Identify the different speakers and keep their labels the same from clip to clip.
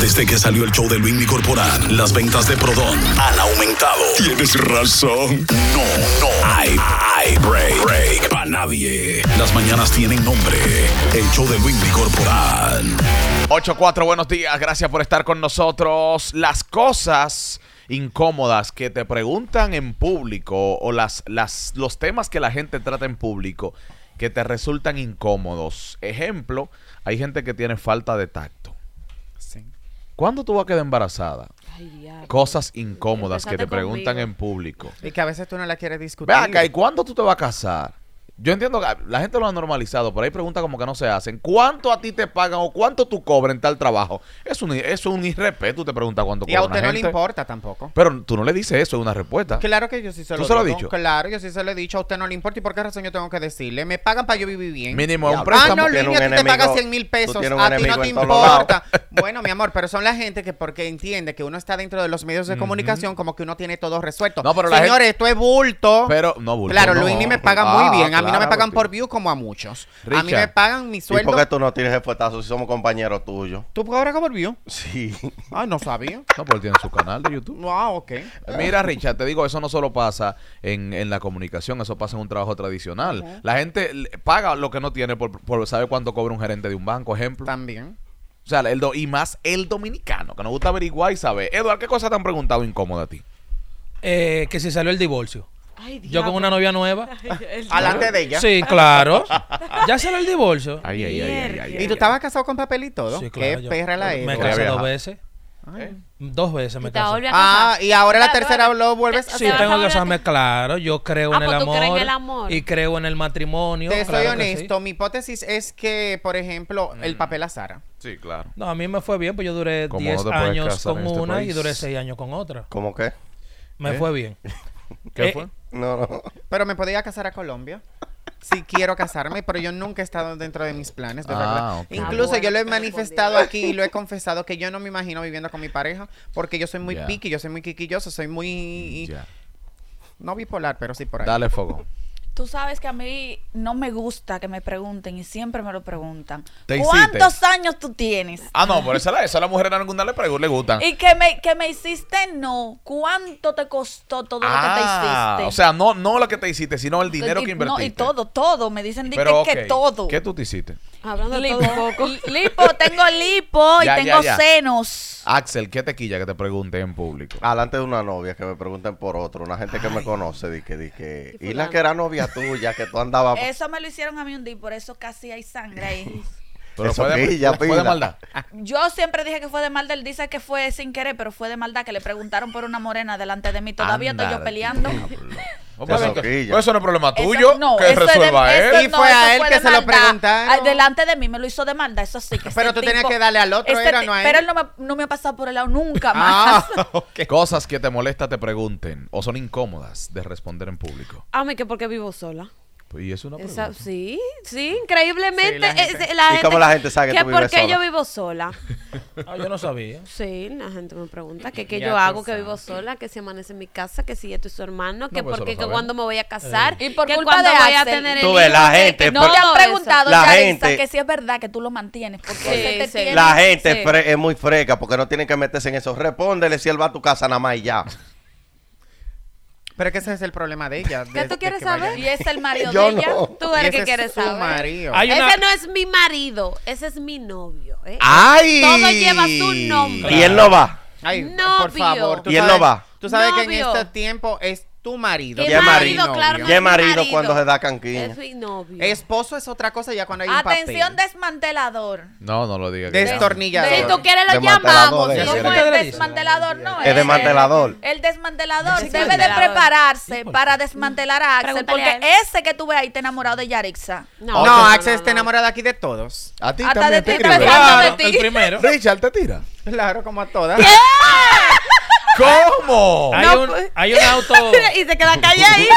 Speaker 1: Desde que salió el show de Luis Corporal, las ventas de Prodón han aumentado.
Speaker 2: Tienes razón.
Speaker 1: No, no hay, hay break, break para nadie. Las mañanas tienen nombre. El show de Luis Corporal.
Speaker 3: 8-4, buenos días. Gracias por estar con nosotros. Las cosas incómodas que te preguntan en público o las, las, los temas que la gente trata en público que te resultan incómodos. Ejemplo, hay gente que tiene falta de tacto. ¿Cuándo tú vas a quedar embarazada?
Speaker 4: Ay, diablo.
Speaker 3: Cosas incómodas que te
Speaker 4: Empezaste
Speaker 3: preguntan
Speaker 4: conmigo.
Speaker 3: en público.
Speaker 5: Y que a veces Pues tú no la quieres discutir.
Speaker 3: Ve acá, ¿y cuándo tú te vas a casar? Yo entiendo que la gente lo ha normalizado, pero hay preguntas como que no se hacen. ¿Cuánto a ti te pagan o cuánto tú cobras en tal trabajo? Es un, es un irrespeto, te preguntas cuánto
Speaker 5: Y a
Speaker 3: cobra
Speaker 5: usted
Speaker 3: una
Speaker 5: no le
Speaker 3: gente.
Speaker 5: importa tampoco.
Speaker 3: Pero tú no le dices eso, es una respuesta.
Speaker 5: Claro que yo sí se lo
Speaker 3: ¿Tú se lo has
Speaker 5: digo.
Speaker 3: dicho?
Speaker 5: Claro, yo sí se lo he dicho. A usted no le importa. ¿Y por qué razón yo tengo que decirle? Me pagan para yo vivir bien.
Speaker 3: Mínimo, es un
Speaker 5: Ah,
Speaker 3: préstamo.
Speaker 5: no,
Speaker 6: Tú tienes
Speaker 5: Línea, tú
Speaker 6: un
Speaker 5: te pagas
Speaker 6: enemigo-
Speaker 5: 100 mil
Speaker 6: tú
Speaker 5: pesos.
Speaker 6: tienes un
Speaker 5: A ti no
Speaker 6: enemigo
Speaker 5: te
Speaker 6: en todos lados.
Speaker 5: importa. Bueno, mi amor, pero son la gente que porque entiende que uno está dentro de los medios de comunicación, como que uno tiene todo resuelto.
Speaker 3: No, pero la
Speaker 5: Señores, esto es bulto.
Speaker 3: Pero, no, bulto,
Speaker 5: Claro,
Speaker 3: no.
Speaker 5: Luis ni me paga
Speaker 3: Ah,
Speaker 5: muy bien. A mí no me
Speaker 3: claro,
Speaker 5: pagan por
Speaker 3: tío.
Speaker 5: view como a muchos. A mí
Speaker 3: Richard.
Speaker 5: me pagan mi
Speaker 6: ¿Y
Speaker 5: sueldo.
Speaker 6: por qué tú no tienes respuestazo si somos compañeros tuyos?
Speaker 5: ¿Tú cobras por view?
Speaker 6: Sí.
Speaker 5: Ay, no sabía.
Speaker 3: No, porque él tiene su canal de YouTube.
Speaker 5: Ah, ok.
Speaker 3: Mira, Richard, te digo, eso no solo pasa en, en la comunicación, eso pasa en un trabajo tradicional. La gente le- paga lo que no tiene por, por saber cuánto cobra un gerente de un banco, ejemplo.
Speaker 5: También.
Speaker 3: O sea, el do- y más el dominicano, que nos gusta averiguar y saber. Eduardo, ¿qué cosas te han preguntado incómoda a ti?
Speaker 7: Eh, que si salió el divorcio.
Speaker 4: Ay,
Speaker 7: Yo con una novia nueva.
Speaker 5: Alante de ella.
Speaker 7: Sí, claro. Ya salió el divorcio.
Speaker 3: Ay, ay, ay, ay, ay,
Speaker 5: ¿Y tú estabas casado con papel y todo?
Speaker 7: Sí,
Speaker 5: Qué
Speaker 7: claro, yo-
Speaker 5: perra la
Speaker 7: Me
Speaker 3: Voy
Speaker 5: era.
Speaker 3: ca- a
Speaker 7: casé dos
Speaker 3: viajar.
Speaker 7: veces. Dos veces me casé.
Speaker 5: Ah, y ahora la tercera lo vuelves a
Speaker 7: Sí,
Speaker 5: hacer.
Speaker 4: vas a
Speaker 7: tengo que
Speaker 4: volver a
Speaker 7: casarme,
Speaker 4: casar?
Speaker 7: claro. Yo creo
Speaker 4: Ah,
Speaker 7: en el
Speaker 4: pues tú
Speaker 7: amor.
Speaker 4: crees en el amor.
Speaker 7: Y creo en el matrimonio.
Speaker 5: Te soy
Speaker 7: claro que sí.
Speaker 5: honesto, mi hipótesis es que, por ejemplo, el papel a Sara.
Speaker 3: Sí, claro.
Speaker 7: No, a mí me fue bien, pues yo duré
Speaker 3: ¿Cómo
Speaker 7: 10
Speaker 3: no te puedes
Speaker 7: años
Speaker 3: casar
Speaker 7: con
Speaker 3: en este
Speaker 7: una y
Speaker 3: país?
Speaker 7: duré 6 años con otra.
Speaker 6: ¿Cómo qué?
Speaker 7: Me fue bien.
Speaker 3: ¿Qué
Speaker 7: Eh,
Speaker 3: fue?
Speaker 6: No, no.
Speaker 5: Pero me podía casar a Colombia. Si quiero casarme, pero yo nunca he estado dentro de mis planes, de
Speaker 3: Ah,
Speaker 5: verdad.
Speaker 3: ok.
Speaker 5: Incluso
Speaker 4: Ah, bueno,
Speaker 5: yo lo he
Speaker 4: te respondí.
Speaker 5: manifestado aquí y lo he confesado que yo no me imagino viviendo con mi pareja porque yo soy muy
Speaker 3: Ya.
Speaker 5: piqui, yo soy muy quiquilloso, soy muy.
Speaker 3: Ya.
Speaker 5: No bipolar, pero sí por ahí.
Speaker 3: Dale fuego.
Speaker 8: Tú sabes que a mí no me gusta que me pregunten y siempre me lo preguntan.
Speaker 3: Te
Speaker 8: ¿Cuántos
Speaker 3: hiciste?
Speaker 8: años tú tienes?
Speaker 3: Ah, no, por eso la, eso a la mujer a ninguna le, pregun- le gustan.
Speaker 8: Y que me, que me hiciste no. ¿Cuánto te costó todo
Speaker 3: Ah,
Speaker 8: lo que te hiciste?
Speaker 3: o sea, no, no lo que te hiciste, sino el dinero que
Speaker 8: Di-
Speaker 3: invertiste.
Speaker 8: No, y todo, todo. Me dicen di
Speaker 3: Pero,
Speaker 8: que,
Speaker 3: ok,
Speaker 8: que todo.
Speaker 3: ¿Qué tú te hiciste?
Speaker 4: Hablando de
Speaker 8: Lipo.
Speaker 4: todo un poco.
Speaker 8: Lipo, tengo lipo y
Speaker 3: Ya, ya,
Speaker 8: tengo
Speaker 3: ya.
Speaker 8: senos.
Speaker 3: Axel, ¿qué te quilla que te pregunte en público?
Speaker 6: Alante de una novia que me pregunten por otro, una gente que me conoce, di que, di que,
Speaker 4: Y
Speaker 6: y la
Speaker 4: fulano.
Speaker 6: que era novia tuya, que tú
Speaker 3: Ah,
Speaker 6: andabas.
Speaker 8: Eso me lo hicieron a mí un día y por eso casi hay sangre ahí.
Speaker 3: Pero
Speaker 6: Eso
Speaker 3: fue de,
Speaker 6: quilla,
Speaker 3: fue de
Speaker 6: pila.
Speaker 3: maldad.
Speaker 8: Yo siempre dije que fue de maldad. Él dice que fue sin querer, pero fue de maldad que le preguntaron por una morena delante de mí. Todavía estoy yo
Speaker 3: Andar,
Speaker 8: peleando.
Speaker 3: diablo. No,
Speaker 6: Eso
Speaker 3: pues,
Speaker 6: quilla.
Speaker 3: pues eso no es problema
Speaker 8: Eso-
Speaker 3: tuyo,
Speaker 8: no,
Speaker 3: que
Speaker 8: eso es de-
Speaker 3: resuelva
Speaker 4: ¿eh?
Speaker 3: él.
Speaker 8: eso
Speaker 5: Y fue
Speaker 8: eso
Speaker 5: a él
Speaker 8: fue
Speaker 5: que
Speaker 8: de
Speaker 5: se lo
Speaker 8: maldad.
Speaker 5: preguntaron.
Speaker 8: Ay, delante de mí me lo hizo de maldad, eso sí. Que
Speaker 5: Pero tú
Speaker 8: ese
Speaker 5: tenías
Speaker 8: tipo-
Speaker 5: que darle al otro,
Speaker 8: este
Speaker 5: era,
Speaker 8: ti-
Speaker 5: no a él.
Speaker 8: Pero él no me, no me ha pasado por el lado nunca más.
Speaker 5: Ah,
Speaker 3: Cosas que te molesta te pregunten o son incómodas de responder en público.
Speaker 4: Ame que porque vivo sola.
Speaker 3: Pues, Y es una pregunta.
Speaker 4: Esa- sí, sí, increíblemente.
Speaker 5: Sí, la gente.
Speaker 4: es-
Speaker 6: ¿Y cómo la gente sabe que tú vives
Speaker 4: por qué
Speaker 6: sola?
Speaker 4: yo vivo sola?
Speaker 7: Ah, yo no sabía.
Speaker 4: Sí, la gente me pregunta que qué
Speaker 5: Ya
Speaker 4: yo
Speaker 5: tú
Speaker 4: hago, que
Speaker 5: sabes.
Speaker 4: vivo sola, que si amanece en mi casa, que si esto es su hermano, que
Speaker 3: pues eso
Speaker 4: por qué,
Speaker 3: lo
Speaker 4: que
Speaker 3: sabemos.
Speaker 4: cuando me voy a casar,
Speaker 8: Y por
Speaker 4: que
Speaker 8: culpa
Speaker 4: cuándo
Speaker 8: de
Speaker 4: voy a
Speaker 8: Axel.
Speaker 4: tener el
Speaker 6: Tú ves,
Speaker 4: hijo,
Speaker 6: la
Speaker 4: que-
Speaker 6: gente,
Speaker 4: que-
Speaker 8: No,
Speaker 4: no,
Speaker 8: te han
Speaker 4: eso.
Speaker 8: preguntado,
Speaker 6: La
Speaker 8: Yaritza,
Speaker 6: gente-
Speaker 8: que si es verdad que tú lo mantienes. Porque
Speaker 4: Sí,
Speaker 8: se te
Speaker 4: sí.
Speaker 8: tiene-
Speaker 6: La gente
Speaker 4: Sí.
Speaker 6: fre- es muy fresca porque no tienen que meterse en eso. Respóndele si él va a tu casa nada más y ya.
Speaker 5: Pero es que ese es el problema de ella.
Speaker 4: ¿Qué
Speaker 5: de-
Speaker 4: tú
Speaker 5: de
Speaker 4: quieres
Speaker 5: que vaya-
Speaker 4: saber?
Speaker 8: Y es el marido
Speaker 6: Yo
Speaker 8: de ella.
Speaker 6: no.
Speaker 8: Tú eres
Speaker 5: Y
Speaker 8: el
Speaker 5: ese
Speaker 8: que quieres
Speaker 5: es su
Speaker 8: saber.
Speaker 5: marido.
Speaker 7: Hay una-
Speaker 4: Ese no es mi marido, ese es mi novio. ¿eh?
Speaker 6: ¡Ay!
Speaker 4: Todo lleva su nombre.
Speaker 6: Y él no va.
Speaker 5: Ay, por
Speaker 4: Novio.
Speaker 5: favor. tú
Speaker 6: Y él no
Speaker 5: sabes-
Speaker 6: va.
Speaker 5: Tú sabes que en
Speaker 4: Novio.
Speaker 5: este tiempo es tu marido.
Speaker 4: Y
Speaker 6: Ya es
Speaker 4: marido,
Speaker 6: marido,
Speaker 4: claro. no
Speaker 6: Ya
Speaker 4: es
Speaker 6: es
Speaker 4: mi
Speaker 6: marido
Speaker 4: marido.
Speaker 6: cuando se da canquilla.
Speaker 4: Es mi novio.
Speaker 5: Esposo es otra cosa ya cuando hay un papel.
Speaker 8: Atención, desmantelador.
Speaker 3: No, no lo diga. que
Speaker 5: Destornillador.
Speaker 4: si tú quieres lo
Speaker 6: Desmantelador,
Speaker 4: llamamos.
Speaker 6: eh,
Speaker 4: ¿Cómo
Speaker 6: si
Speaker 4: es?
Speaker 7: eres-
Speaker 8: El desmantelador no
Speaker 6: Es desmantelador.
Speaker 8: El desmantelador
Speaker 4: Sí,
Speaker 8: debe de
Speaker 4: desmantelador.
Speaker 8: prepararse para desmantelar a Axel.
Speaker 4: Pregúntale a
Speaker 8: Porque
Speaker 4: él.
Speaker 8: ese que tú ves ahí está enamorado de Yarixa.
Speaker 5: No, no, Axel está enamorado aquí de todos.
Speaker 3: A ti
Speaker 8: Hasta
Speaker 3: también
Speaker 8: de
Speaker 3: te
Speaker 8: ti
Speaker 3: escribe.
Speaker 8: empezando.
Speaker 7: Claro,
Speaker 8: de ti.
Speaker 7: el primero.
Speaker 3: Richard te tira.
Speaker 5: Claro, como a todas.
Speaker 3: ¿Cómo?
Speaker 7: Hay, un, hay un auto,
Speaker 4: pues. y se queda callado ahí.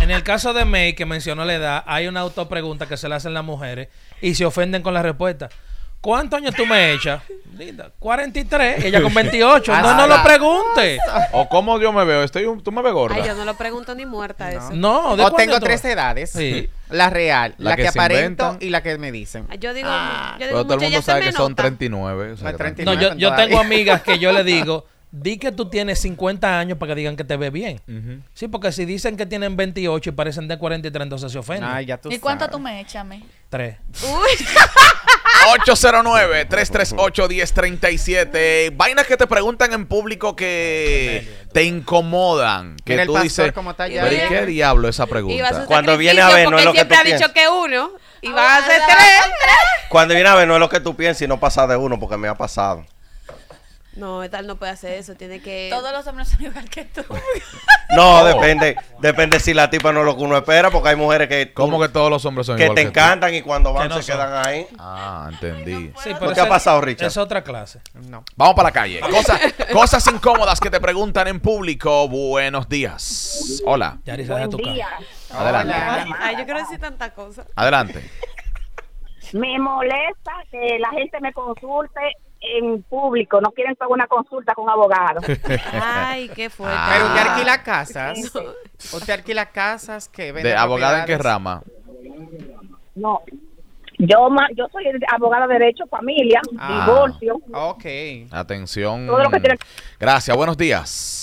Speaker 7: en el caso de May, que mencionó la edad, hay una autopregunta que se le hacen las mujeres y se ofenden con la respuesta. ¿Cuántos años tú me echas? Linda, 43, ella con 28.
Speaker 5: Ah,
Speaker 7: no, no lo
Speaker 5: la-
Speaker 7: pregunte.
Speaker 3: ¿O cómo yo me veo? Estoy un- ¿Tú me ves gorda?
Speaker 4: Ay, yo no lo pregunto ni muerta eso.
Speaker 7: No,
Speaker 5: O
Speaker 7: ¿de cuándo
Speaker 5: tengo
Speaker 7: tú-
Speaker 5: tres edades.
Speaker 7: Sí.
Speaker 5: La real,
Speaker 3: La
Speaker 5: la,
Speaker 3: que
Speaker 5: que,
Speaker 3: se
Speaker 5: aparento
Speaker 3: inventan.
Speaker 5: y la que me dicen. Ah,
Speaker 4: Ay, Yo digo, yo digo
Speaker 3: Ah, Pero todo el
Speaker 4: mucho,
Speaker 3: mundo
Speaker 4: ya se
Speaker 3: sabe
Speaker 4: me
Speaker 3: que son
Speaker 4: nota.
Speaker 3: 39. o sea,
Speaker 5: No,
Speaker 3: que
Speaker 5: 39.
Speaker 7: No, yo, yo
Speaker 5: Todavía.
Speaker 7: tengo amigas que yo le digo, di que tú tienes 50 años para que digan que te ve bien. Sí, porque si dicen que tienen 28 y parecen de 43, entonces se ofenden.
Speaker 5: Ay, Ah, ya tú
Speaker 8: ¿Y cuánto
Speaker 5: sabes.
Speaker 8: tú me echas a mí?
Speaker 7: Tres.
Speaker 4: Uy,
Speaker 3: 809-338-1037. Vainas que te preguntan en público que te incomodan. Que
Speaker 5: Mira el
Speaker 3: tú
Speaker 5: pastor
Speaker 3: dices.
Speaker 5: cómo está ya.
Speaker 3: ¿Pero y qué diablo esa
Speaker 4: iba a ser
Speaker 3: pregunta?
Speaker 6: Cuando viene a ver, no es lo que
Speaker 4: siempre
Speaker 6: tú
Speaker 4: ha dicho
Speaker 6: piensas. Oh,
Speaker 4: que uno y va a ser
Speaker 8: Ah,
Speaker 4: tres.
Speaker 6: Cuando viene a ver, no es lo que tú piensas y no pasa de uno, porque me ha pasado.
Speaker 4: No, tal no puede hacer eso, tiene que
Speaker 8: Todos los hombres son igual que tú.
Speaker 6: No, depende. Depende si la tipa no es lo que uno espera, porque hay mujeres que, tú-
Speaker 3: ¿Cómo que todos los hombres son
Speaker 6: que
Speaker 3: igual
Speaker 6: te
Speaker 3: tú?
Speaker 6: encantan y cuando van
Speaker 7: Que no
Speaker 6: se
Speaker 7: son.
Speaker 6: quedan ahí.
Speaker 3: Ah, entendí.
Speaker 7: Sí,
Speaker 6: ¿Por qué
Speaker 7: eso
Speaker 6: ha
Speaker 7: es-
Speaker 6: pasado, Richard?
Speaker 7: Es otra clase.
Speaker 5: No.
Speaker 3: Vamos para la calle. Cosas, cosas incómodas que te preguntan en público. Buenos días. Hola.
Speaker 7: Yari, sal de tu casa.
Speaker 3: Adelante.
Speaker 5: Hola.
Speaker 4: Ay, yo quiero decir tanta cosa.
Speaker 3: Adelante.
Speaker 9: Me molesta que la gente me consulte en público. No quieren pagar una consulta con un abogado.
Speaker 4: Ay, qué fuerte.
Speaker 3: Ah.
Speaker 5: Pero usted alquila casas. Usted alquila casas que vende
Speaker 3: ¿De abogada en qué
Speaker 5: propiedades.
Speaker 3: rama?
Speaker 9: No. Yo ma- yo soy abogada de derecho, familia,
Speaker 5: Ah.
Speaker 9: divorcio.
Speaker 5: Ok.
Speaker 3: Atención.
Speaker 9: Todo lo que tiene-
Speaker 3: Gracias. Buenos días.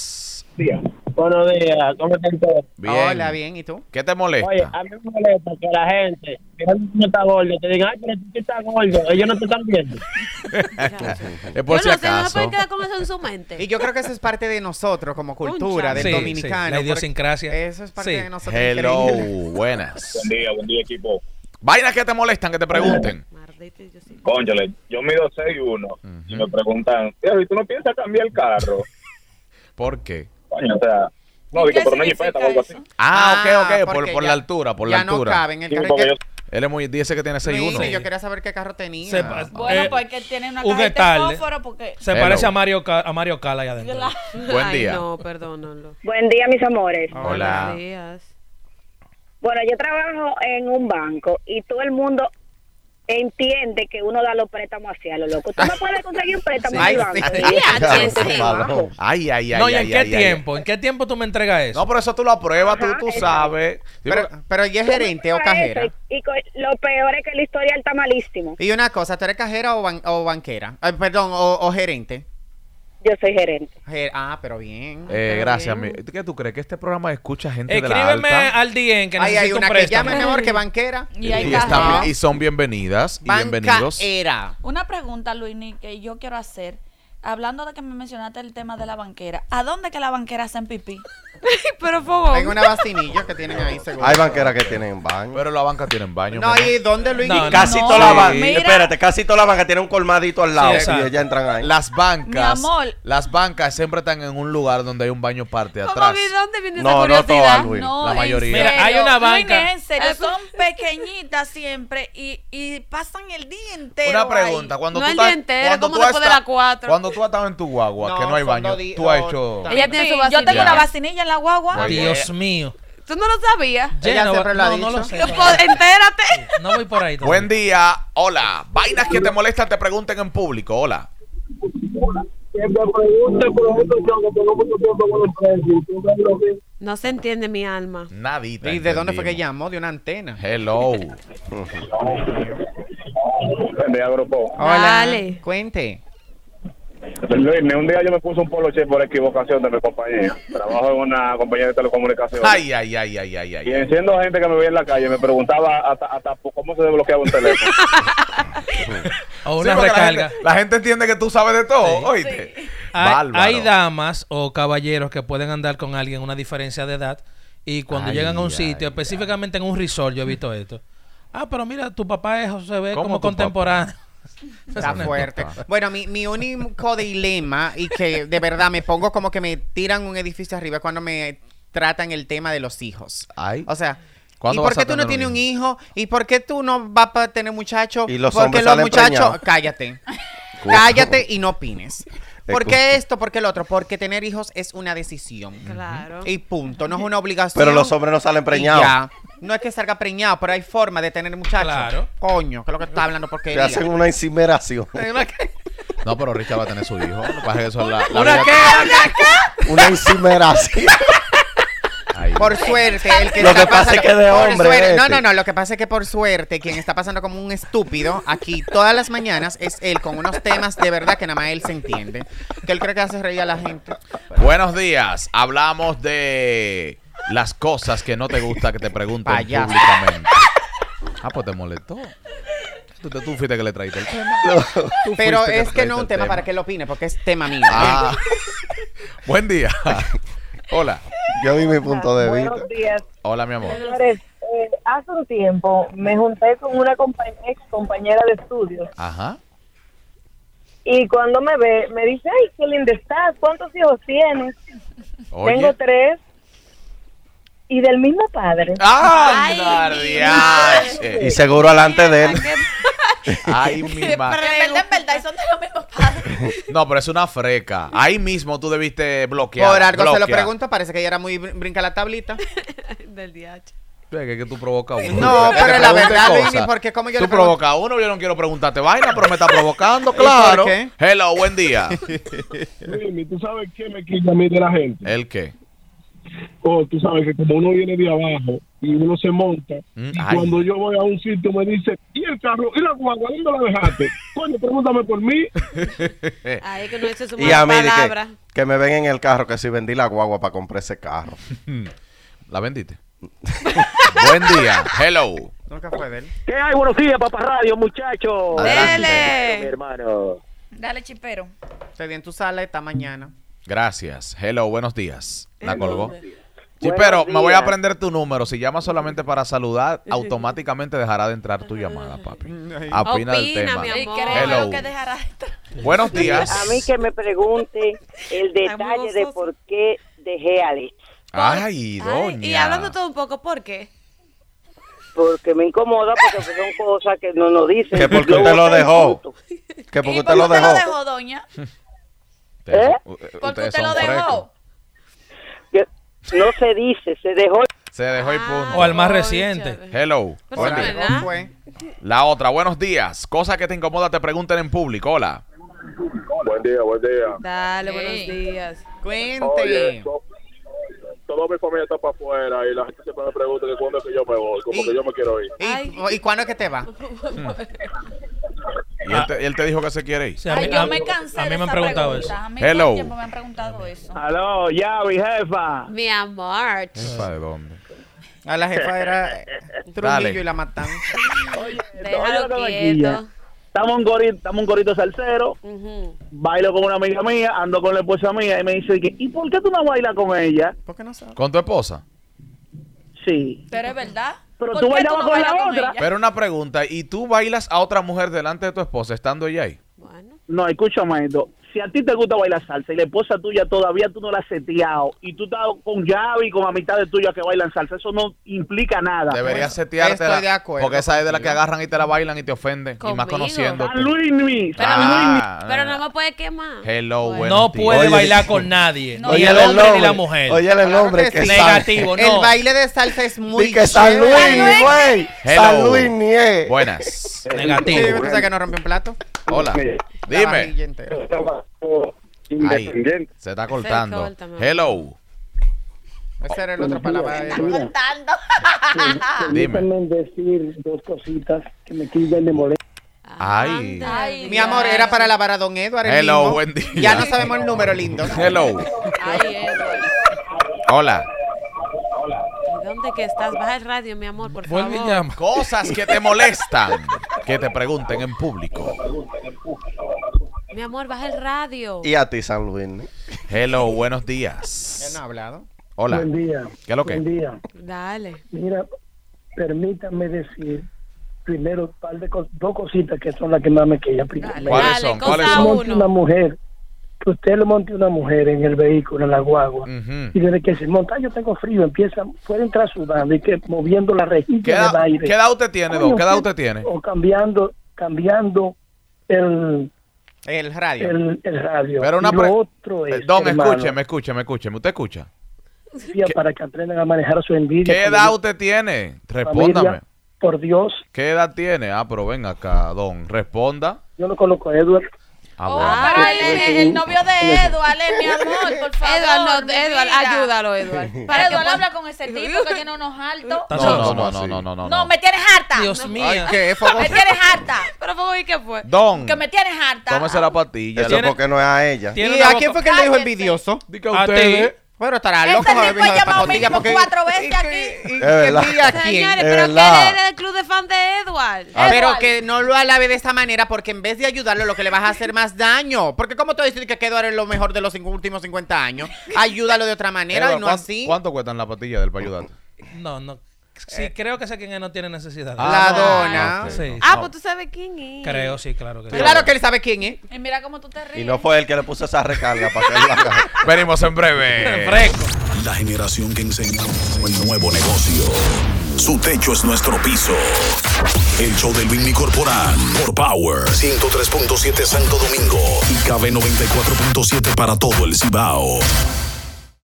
Speaker 10: Buenos días, ¿cómo están todos?
Speaker 3: Bien.
Speaker 5: Hola, bien. ¿Y tú?
Speaker 3: ¿Qué te molesta?
Speaker 10: Oye, a mí me molesta que la gente, que no está gordo, te digan, ay, pero tú sí estás gordo, ellos no te están viendo.
Speaker 3: Es por
Speaker 4: ah, yo
Speaker 3: si
Speaker 4: no sé, no se
Speaker 3: acaso.
Speaker 4: pueden quedar con eso en su mente.
Speaker 5: Y yo creo que eso es parte de nosotros como cultura,
Speaker 4: Concha.
Speaker 5: del
Speaker 7: Sí, sí,
Speaker 5: dominicano.
Speaker 7: la
Speaker 5: porque
Speaker 7: idiosincrasia.
Speaker 5: Eso es parte
Speaker 7: Sí.
Speaker 5: de nosotros.
Speaker 3: Hello,
Speaker 5: increíble.
Speaker 3: buenas.
Speaker 10: día, buen día, equipo.
Speaker 3: Vainas que te molestan, que te pregunten.
Speaker 4: Maldito, yo sí.
Speaker 10: Cónchale, yo mido 6'1 y me preguntan, ¿y tú no piensas cambiar el carro?
Speaker 3: ¿Por qué?
Speaker 10: Coño, o sea,
Speaker 8: no, ¿Y dije, qué por una significa jipeta o algo así. eso?
Speaker 3: Ah, ok, ok, por,
Speaker 5: porque
Speaker 3: por
Speaker 5: ya-
Speaker 3: la altura, por la
Speaker 5: ya
Speaker 3: altura.
Speaker 5: no caben el carro. que-
Speaker 3: Él es muy, dice que tiene
Speaker 5: Luis,
Speaker 3: 6'1.
Speaker 5: yo quería saber qué carro tenía.
Speaker 7: Sepa-
Speaker 6: Ah,
Speaker 8: Bueno,
Speaker 6: pues
Speaker 7: eh,
Speaker 8: porque tiene una
Speaker 7: un
Speaker 8: cajita de
Speaker 7: detalle.
Speaker 8: fósforo porque...
Speaker 7: Se
Speaker 3: Hello.
Speaker 7: parece a Mario, Ca- a Mario Cala allá adentro.
Speaker 3: Buen
Speaker 4: Ay,
Speaker 3: día.
Speaker 4: no, perdónalo.
Speaker 9: Buen día, mis amores.
Speaker 5: Ah.
Speaker 3: Hola.
Speaker 4: Buenos días.
Speaker 9: Bueno, yo trabajo en un banco y todo el mundo entiende que uno da los préstamos hacia lo loco. Tú no puedes conseguir un préstamo
Speaker 5: Sí.
Speaker 9: en el banco.
Speaker 5: Ay,
Speaker 4: sí.
Speaker 9: Y
Speaker 4: Claro,
Speaker 9: en tu
Speaker 4: sí.
Speaker 9: trabajo.
Speaker 3: Ay, ay, ay.
Speaker 7: no, ¿y en
Speaker 3: ay,
Speaker 7: qué
Speaker 3: ay, ay.
Speaker 7: tiempo? ¿En qué tiempo tú me entregas eso?
Speaker 3: No, pero eso tú lo apruebas, tú,
Speaker 9: Ajá,
Speaker 3: tú
Speaker 9: exacto.
Speaker 3: sabes. Sí,
Speaker 5: Pero,
Speaker 3: porque-
Speaker 5: pero ¿y es gerente o
Speaker 9: Para eso,
Speaker 5: cajera?
Speaker 9: Y, y co- lo peor es que la historia está malísimo.
Speaker 5: Y una cosa, ¿tú eres cajera o, ban- o banquera? Ay, perdón, o, o gerente.
Speaker 9: Yo soy gerente.
Speaker 5: Ge- ah, pero bien.
Speaker 3: eh,
Speaker 4: Está
Speaker 3: gracias.
Speaker 4: bien.
Speaker 3: mi- ¿Qué tú crees? ¿Que este programa escucha gente de
Speaker 7: Escríbeme
Speaker 3: la alta?
Speaker 7: al DM que
Speaker 5: Ahí hay
Speaker 7: necesito un
Speaker 5: una que
Speaker 7: préstamo.
Speaker 5: llame mejor que banquera.
Speaker 8: Y hay
Speaker 3: y,
Speaker 8: cajas.
Speaker 3: están-
Speaker 5: Ajá.
Speaker 3: y son bienvenidas y bienvenidos.
Speaker 5: Bancaera.
Speaker 8: Una pregunta, Luini, que yo quiero hacer. Hablando de que me mencionaste el tema de la banquera, ¿a dónde que la banquera hace en pipí?
Speaker 4: Pero fogón.
Speaker 5: Hay una bastinilla que tienen ahí, seguro.
Speaker 6: Hay banqueras que tienen baño.
Speaker 3: Pero la banca tiene baño.
Speaker 5: No,
Speaker 3: mira.
Speaker 5: ¿y dónde, Luis?
Speaker 7: No, no.
Speaker 6: casi
Speaker 8: no,
Speaker 6: toda la
Speaker 7: sí.
Speaker 6: banca.
Speaker 8: Mira.
Speaker 6: Espérate, casi toda la banca tiene un colmadito al lado.
Speaker 7: Sí, exacto.
Speaker 6: y ellas entran ahí.
Speaker 3: Las bancas,
Speaker 8: Mi amor.
Speaker 3: las bancas siempre están en un lugar donde hay un baño parte de
Speaker 4: ¿Cómo
Speaker 3: atrás.
Speaker 4: vi dónde viene
Speaker 6: No, no
Speaker 4: esa curiosidad?
Speaker 6: todas, Luis.
Speaker 8: No,
Speaker 3: la
Speaker 8: en
Speaker 3: mayoría.
Speaker 8: serio.
Speaker 7: Mira, hay una banca.
Speaker 8: Luini, en serio,
Speaker 4: Eso-
Speaker 8: son pequeñitas siempre y, y pasan el día entero.
Speaker 3: Una
Speaker 8: ahí.
Speaker 3: pregunta, cuando
Speaker 4: No
Speaker 3: tú
Speaker 4: el
Speaker 3: estás-
Speaker 4: día entero,
Speaker 3: cuando
Speaker 4: como
Speaker 3: tú has
Speaker 4: después de
Speaker 3: estado-
Speaker 4: las cuatro.
Speaker 3: Cuando tú has estado en tu guagua,
Speaker 5: No,
Speaker 3: que no hay
Speaker 5: son
Speaker 3: baño,
Speaker 5: dos di- oh,
Speaker 3: tú has
Speaker 5: dos-
Speaker 3: hecho
Speaker 5: también.
Speaker 4: Ella tiene su
Speaker 8: yo tengo
Speaker 4: vacinilla.
Speaker 8: una vacinilla en la guagua.
Speaker 3: Muy bien.
Speaker 7: Dios mío.
Speaker 4: Tú no lo sabías.
Speaker 5: Ella
Speaker 7: no,
Speaker 5: siempre lo ha
Speaker 7: no, no
Speaker 5: dicho.
Speaker 7: lo sé.
Speaker 4: Yo puedo- Entérate.
Speaker 7: No voy por ahí.
Speaker 3: Buen
Speaker 7: todavía.
Speaker 3: día, hola. Vainas que te molestan te pregunten en público, hola.
Speaker 10: Siempre pregunto, pregunto yo, que tengo mucho tiempo con los precios. ¿Tú sabes lo que-
Speaker 4: No se entiende mi alma.
Speaker 3: Nadita.
Speaker 5: ¿Y de dónde fue que
Speaker 3: entendimos.
Speaker 5: llamó? De una antena.
Speaker 3: Hello.
Speaker 10: Buen día, grupo.
Speaker 5: Hola.
Speaker 4: Dale.
Speaker 5: Cuente.
Speaker 10: Luis, un día yo me puse un polo che por equivocación de mi compañía. Trabajo en una compañía de telecomunicaciones.
Speaker 3: Ay, ay, ay, ay, ay,
Speaker 10: Y
Speaker 3: ay.
Speaker 10: enciendo gente que me veía en la calle, me preguntaba hasta, hasta cómo se desbloqueaba un teléfono.
Speaker 7: O
Speaker 3: Sí, porque la
Speaker 7: una
Speaker 3: gente-
Speaker 7: recarga.
Speaker 3: La gente, entiende que tú sabes de todo, oíste.
Speaker 7: Hay,
Speaker 3: Bárbaro.
Speaker 7: hay damas o caballeros que pueden andar con alguien una diferencia de edad y cuando
Speaker 3: Ay,
Speaker 7: llegan a un
Speaker 3: ay,
Speaker 7: sitio, específicamente en un resort, yo he visto esto. Ah, pero mira, tu papá es, se ve
Speaker 3: ¿Cómo
Speaker 7: como
Speaker 3: tu papá?
Speaker 7: contemporáneo.
Speaker 5: Está fuerte. Bueno, mi, mi único dilema y que de verdad me pongo como que me tiran un edificio arriba es cuando me tratan el tema de los hijos.
Speaker 3: Ay.
Speaker 5: O sea, ¿y
Speaker 3: ¿Cuándo
Speaker 5: por
Speaker 3: vas a
Speaker 5: qué tú no
Speaker 3: tener
Speaker 5: tienes
Speaker 3: un
Speaker 5: un hijo? ¿Y por qué tú no vas a tener muchachos?
Speaker 6: Y los
Speaker 5: Porque
Speaker 6: hombres
Speaker 5: los
Speaker 6: salen
Speaker 5: muchachos,
Speaker 6: preñados.
Speaker 5: cállate. cállate y no opines. ¿Por qué
Speaker 6: Escucha.
Speaker 5: esto? ¿Por qué el otro? Porque tener hijos es una decisión.
Speaker 4: Claro.
Speaker 5: Y punto, no es una obligación.
Speaker 6: Pero los hombres no salen preñados.
Speaker 5: Y ya. No es que salga preñado, pero hay forma de tener muchachos.
Speaker 7: Claro.
Speaker 5: Coño, que es lo que está hablando porque
Speaker 6: Te hacen una incineración.
Speaker 3: No, pero Richard va a tener su hijo. Lo que pasa es que eso es la, la
Speaker 7: ¿Una
Speaker 3: vida-
Speaker 7: qué? ¿Una qué?
Speaker 6: Una incineración.
Speaker 3: Ay,
Speaker 5: Por suerte, el que
Speaker 6: Lo
Speaker 5: está
Speaker 6: que pasa
Speaker 5: pasando-
Speaker 6: es que de
Speaker 5: por
Speaker 6: hombre
Speaker 5: suerte-
Speaker 6: es
Speaker 5: no,
Speaker 6: este.
Speaker 5: no, no. Lo que pasa es que por suerte, quien está pasando como un estúpido aquí todas las mañanas es él con unos temas de verdad que nada más él se entiende. Que él cree que hace reír a la gente.
Speaker 3: Buenos días. Hablamos de las cosas que no te gusta que te pregunten
Speaker 5: Payaso.
Speaker 3: públicamente. Ah, pues te molestó. Tú, tú fuiste que le traíste el tema. Tú
Speaker 5: Pero
Speaker 3: fuiste
Speaker 5: es que
Speaker 3: traíste
Speaker 5: no es un
Speaker 3: el
Speaker 5: tema para que él opine, porque es tema mío.
Speaker 3: Ah. Buen día. Hola.
Speaker 6: Yo vi mi punto de vista.
Speaker 9: Buenos días,
Speaker 3: Hola, mi amor.
Speaker 9: señores. Eh, hace un tiempo me junté con una compa- ex compañera de estudios
Speaker 3: Ajá.
Speaker 9: y cuando me ve me dice, ay, qué linda estás, ¿cuántos hijos tienes? Tengo
Speaker 3: Oye.
Speaker 9: tres y del mismo padre.
Speaker 6: Ah.
Speaker 3: ¡Ay,
Speaker 6: Y
Speaker 3: Nardiache!
Speaker 6: seguro alante de él.
Speaker 3: ¡Ay, mi madre!
Speaker 8: En verdad, en verdad, y son de los mismos padres.
Speaker 3: No, pero es una freca. Ahí mismo tú debiste bloquear.
Speaker 5: Por algo se lo
Speaker 3: bloquear.
Speaker 5: pregunto, parece que ella era muy br- brinca la tablita.
Speaker 4: Del DH.
Speaker 3: Ve que, que tú provocas uno.
Speaker 5: No,
Speaker 3: Que te
Speaker 5: pero la
Speaker 3: pregunte
Speaker 5: verdad, Luis,
Speaker 3: cosas.
Speaker 5: porque como yo
Speaker 3: Tú
Speaker 5: le pregunto-
Speaker 3: provocas uno, yo no quiero preguntarte vaina, pero me está provocando,
Speaker 5: por
Speaker 3: claro.
Speaker 5: qué?
Speaker 3: Hello, buen día.
Speaker 10: Luismi, ¿tú sabes qué me quita a mí de la gente?
Speaker 3: ¿El qué?
Speaker 10: Oh, tú sabes que como uno viene de abajo y uno se monta,
Speaker 3: Mm,
Speaker 10: y
Speaker 3: ay.
Speaker 10: cuando yo voy a un sitio me dice, ¿y el carro? ¿Y la guagua? ¿Dónde la dejaste? Coño, pregúntame por mí.
Speaker 4: Ay, es que no dice su
Speaker 6: Y a mí, di
Speaker 4: palabra.
Speaker 6: que, que me ven en el carro, que si vendí la guagua para comprar ese carro.
Speaker 3: ¿La vendiste? buen día. Hello.
Speaker 5: Nunca fue de él.
Speaker 11: ¿Qué hay? Buenos días, papá radio, muchachos. Mi
Speaker 4: Dele.
Speaker 11: hermano.
Speaker 8: Dale, chipero.
Speaker 5: Te di en tu sala esta mañana.
Speaker 3: Gracias. Hello, buenos días. La colgó. Sí,
Speaker 11: Buenos
Speaker 3: pero me voy a
Speaker 11: días.
Speaker 3: aprender tu número. Si llamas solamente para saludar, automáticamente dejará de entrar tu llamada, papi. Opina del
Speaker 4: Opina,
Speaker 3: tema.
Speaker 4: mi
Speaker 8: Y
Speaker 4: amor.
Speaker 8: creo
Speaker 3: Hello.
Speaker 8: que dejará esto.
Speaker 3: Buenos días.
Speaker 9: A mí que me pregunte el detalle de
Speaker 4: gozoso.
Speaker 9: por qué dejé a Alex.
Speaker 3: Ay, doña.
Speaker 4: Ay, y hablando todo un poco, ¿por qué?
Speaker 9: Porque me incomoda, porque son cosas que no nos dicen.
Speaker 6: Que porque
Speaker 9: Yo
Speaker 6: usted lo
Speaker 9: voté en
Speaker 6: dejó.
Speaker 9: punto.
Speaker 6: Que
Speaker 8: ¿Y
Speaker 6: porque
Speaker 8: por
Speaker 6: usted lo
Speaker 8: qué
Speaker 6: dejó.
Speaker 8: lo dejó, doña?
Speaker 3: Ustedes-
Speaker 9: ¿Eh?
Speaker 3: u- ustedes
Speaker 8: Porque usted
Speaker 3: son
Speaker 8: lo
Speaker 3: frescos.
Speaker 8: dejó.
Speaker 9: Que No se dice, se dejó.
Speaker 3: Se dejó y punto.
Speaker 7: O al más
Speaker 4: Ay,
Speaker 7: reciente.
Speaker 4: chale.
Speaker 3: Hello.
Speaker 4: Ah. Pero
Speaker 3: Buen
Speaker 4: no
Speaker 3: día.
Speaker 4: es-
Speaker 5: Algo fue.
Speaker 3: La otra, buenos días. Cosa que te incomoda te pregunten en público. Hola.
Speaker 10: Buen día, buen día.
Speaker 4: Dale,
Speaker 8: Sí.
Speaker 4: buenos días.
Speaker 5: Cuente.
Speaker 10: to- toda mi familia está para afuera y la gente siempre me pregunta que cuándo es que yo me voy, como
Speaker 5: Y-
Speaker 10: que yo me quiero ir.
Speaker 5: ¿Y, ¿Y cuándo es que te va?
Speaker 3: Y él te, y él te dijo que se quiere ir.
Speaker 7: Sí, a mí-
Speaker 8: Ay, yo
Speaker 7: a-
Speaker 8: me cansé.
Speaker 7: A mí
Speaker 8: de
Speaker 7: me han
Speaker 8: esa
Speaker 7: preguntado
Speaker 8: pregunta.
Speaker 7: eso.
Speaker 8: A mí
Speaker 3: Hello.
Speaker 8: todo el tiempo me han preguntado eso.
Speaker 11: Aló, ya, mi jefa.
Speaker 4: Mi amor.
Speaker 3: Jefa, ¿de dónde?
Speaker 5: A la jefa era eh, Trujillo
Speaker 3: Dale.
Speaker 5: y la matan.
Speaker 11: Oye, no,
Speaker 4: Déjalo
Speaker 11: yo no
Speaker 4: quieto.
Speaker 11: aquí, ya. Estamos un gorito, estamos un gorito salsero.
Speaker 4: Ujú.
Speaker 11: Bailo con una amiga mía, ando con la esposa mía y me dice que, ¿y por qué tú no bailas con ella?
Speaker 5: ¿Por qué no sabes?
Speaker 3: Con tu esposa.
Speaker 11: Sí.
Speaker 8: Pero es verdad.
Speaker 11: Pero
Speaker 8: ¿Por
Speaker 11: tú
Speaker 8: qué
Speaker 11: bailabas con
Speaker 8: bailas
Speaker 11: la otra.
Speaker 8: ella?
Speaker 3: Pero una pregunta, ¿y tú bailas a otra mujer delante de tu esposa estando ella ahí?
Speaker 4: Bueno.
Speaker 11: No, escúchame esto. Si a ti te gusta bailar salsa y la esposa tuya todavía tú no la has seteado y tú estás con Javi y con amistades tuyas que bailan salsa, eso no implica nada.
Speaker 3: Deberías setearte.
Speaker 5: estoy de acuerdo
Speaker 3: Porque esa es de la que
Speaker 5: contigo.
Speaker 3: agarran y te la bailan y te ofenden. Y más
Speaker 4: Conmigo.
Speaker 3: conociendo.
Speaker 11: San Luis, San
Speaker 3: Ah, Eh,
Speaker 4: Pero no me puede quemar.
Speaker 3: Hello, buenos
Speaker 7: No
Speaker 3: días.
Speaker 7: puede
Speaker 6: Oye,
Speaker 7: bailar con nadie.
Speaker 8: No,
Speaker 7: ni
Speaker 8: Oye,
Speaker 7: el
Speaker 8: el
Speaker 7: hombre ni la mujer.
Speaker 6: Oye, el hombre que,
Speaker 5: que sí.
Speaker 6: San-
Speaker 7: Negativo, no.
Speaker 5: El baile de salsa es muy
Speaker 6: Di que San Luis,
Speaker 5: chévere.
Speaker 6: güey.
Speaker 3: Hello.
Speaker 6: San Luis ni es.
Speaker 3: Buenas.
Speaker 5: Sí,
Speaker 7: Negativo.
Speaker 5: ¿tú sabes que no rompe un plato?
Speaker 3: Hola.
Speaker 5: La
Speaker 3: Dime.
Speaker 5: vajilla entera.
Speaker 3: Ahí, se está cortando.
Speaker 4: corta, mi amor.
Speaker 3: Hello.
Speaker 5: Ese era el otro palabra. de-
Speaker 8: Contando.
Speaker 11: Ah.
Speaker 3: Dime.
Speaker 11: decir dos cositas que me quillan de molestia.
Speaker 3: Ay.
Speaker 4: Anda.
Speaker 8: Ay,
Speaker 5: Mi amor, era para lavar a don Eduardo. el
Speaker 3: Hello,
Speaker 5: mismo.
Speaker 3: buen día.
Speaker 5: Ya no sabemos el número, lindo.
Speaker 3: Hello.
Speaker 8: Ay, Edward.
Speaker 3: Hola.
Speaker 4: ¿Dónde que estás? Baja el radio, mi amor, por favor.
Speaker 7: Vuelve y llama.
Speaker 3: Cosas que te molestan. Que te pregunten en público.
Speaker 4: Mi amor, baja el radio.
Speaker 6: Y a ti, San Luis. ni.
Speaker 3: Hello, buenos
Speaker 5: Él no ha
Speaker 3: días.
Speaker 5: hablado.
Speaker 3: Hola.
Speaker 11: Buen día.
Speaker 3: ¿Qué es lo que?
Speaker 11: Buen día.
Speaker 4: Dale.
Speaker 11: Mira, permítame decir primero un par de cos- dos cositas que son las que más me quillan.
Speaker 4: Dale,
Speaker 3: ¿Cuáles
Speaker 4: dale,
Speaker 3: son?
Speaker 4: cosa
Speaker 3: ¿Cuáles
Speaker 11: Usted
Speaker 3: son?
Speaker 11: monte una
Speaker 4: uno.
Speaker 11: mujer, que usted le monte una mujer en el vehículo, en la guagua,
Speaker 3: Ujú.
Speaker 11: y desde que se monta, yo tengo frío, empieza, puede entrar sudando y que moviendo la rejilla
Speaker 3: ¿Qué edad,
Speaker 11: del aire.
Speaker 3: qué edad usted tiene, Don?
Speaker 11: Coño,
Speaker 3: ¿Qué edad
Speaker 11: sí.
Speaker 3: usted tiene?
Speaker 11: O cambiando, cambiando el,
Speaker 5: El radio.
Speaker 11: el, el radio.
Speaker 3: Pero una
Speaker 11: Y lo
Speaker 3: pre-
Speaker 11: otro es,
Speaker 3: Eh, Don,
Speaker 11: hermano,
Speaker 3: escúcheme, escúcheme, escúcheme. ¿Usted escucha?
Speaker 11: tía, para que aprendan a manejar su envidia.
Speaker 3: ¿Qué
Speaker 11: con
Speaker 3: edad
Speaker 11: la
Speaker 3: usted tiene?
Speaker 11: familia.
Speaker 3: Respóndame.
Speaker 11: Por Dios,
Speaker 3: ¿Qué edad tiene? Ah, pero ven acá, Don. Responda.
Speaker 11: yo no conozco a Edward.
Speaker 3: Ah,
Speaker 8: Oh,
Speaker 3: bueno.
Speaker 8: pero él es el novio de Edward, es mi amor, por favor.
Speaker 4: Edward, no,
Speaker 8: mi
Speaker 4: Edward,
Speaker 8: vida.
Speaker 4: ayúdalo, Edward. Para
Speaker 8: Para
Speaker 4: que
Speaker 8: Edward
Speaker 4: pueda-
Speaker 8: habla con ese tipo que tiene unos altos.
Speaker 3: No,
Speaker 7: solo,
Speaker 3: no, no, no, no, no, no,
Speaker 8: No,
Speaker 3: no.
Speaker 8: me tienes harta.
Speaker 7: Dios
Speaker 8: No.
Speaker 7: mío.
Speaker 6: ¿Qué?
Speaker 8: Me tienes harta.
Speaker 4: Pero ¿y qué fue?
Speaker 3: Don,
Speaker 8: Que me tienes harta.
Speaker 3: tómese la patilla.
Speaker 6: Eso porque no es a ella.
Speaker 7: Tiene
Speaker 5: ¿Y
Speaker 7: una
Speaker 5: a
Speaker 7: boca-
Speaker 5: quién fue que le dijo envidioso?
Speaker 3: Diga
Speaker 7: A
Speaker 3: ustedes.
Speaker 7: ti.
Speaker 5: Bueno, estará
Speaker 8: Ese
Speaker 5: loco. joder,
Speaker 8: tipo
Speaker 5: hija de
Speaker 8: llamó
Speaker 5: pacotilla,
Speaker 8: mínimo
Speaker 5: porque-
Speaker 8: cuatro veces
Speaker 5: y que-
Speaker 8: aquí.
Speaker 5: y que
Speaker 6: Es verdad.
Speaker 5: diga a quién.
Speaker 4: Señores,
Speaker 6: Es
Speaker 4: pero
Speaker 6: verdad.
Speaker 4: que él era del club de fan de Edward.
Speaker 6: Ah,
Speaker 5: Pero
Speaker 8: Edward.
Speaker 5: que no lo alabe de esta manera porque en vez de ayudarlo lo que le vas a hacer más daño. Porque como tú dices que Edward es lo mejor de los cinco- últimos 50 años, ayúdalo de otra manera
Speaker 3: Edward,
Speaker 5: y no
Speaker 3: ¿cuán-
Speaker 5: así.
Speaker 3: ¿Cuánto cuestan las patillas del payudante?
Speaker 7: No, no. Sí, creo que sé quién es, no tiene necesidad.
Speaker 5: La dona.
Speaker 3: ok.
Speaker 7: Sí.
Speaker 4: Ah,
Speaker 3: No.
Speaker 4: pues tú sabes quién es.
Speaker 7: Creo, sí, claro que sí.
Speaker 5: Claro que él sabe quién es.
Speaker 8: Y mira cómo tú te ríes.
Speaker 6: Y no fue él que le puso esa recarga para que él la haga.
Speaker 3: Venimos en breve.
Speaker 7: Fresco.
Speaker 1: La generación que enseña el nuevo negocio. Su techo es nuestro piso. El show del Vinny Corporán por Power 103.7 Santo Domingo y KB 94.7 para todo el Cibao.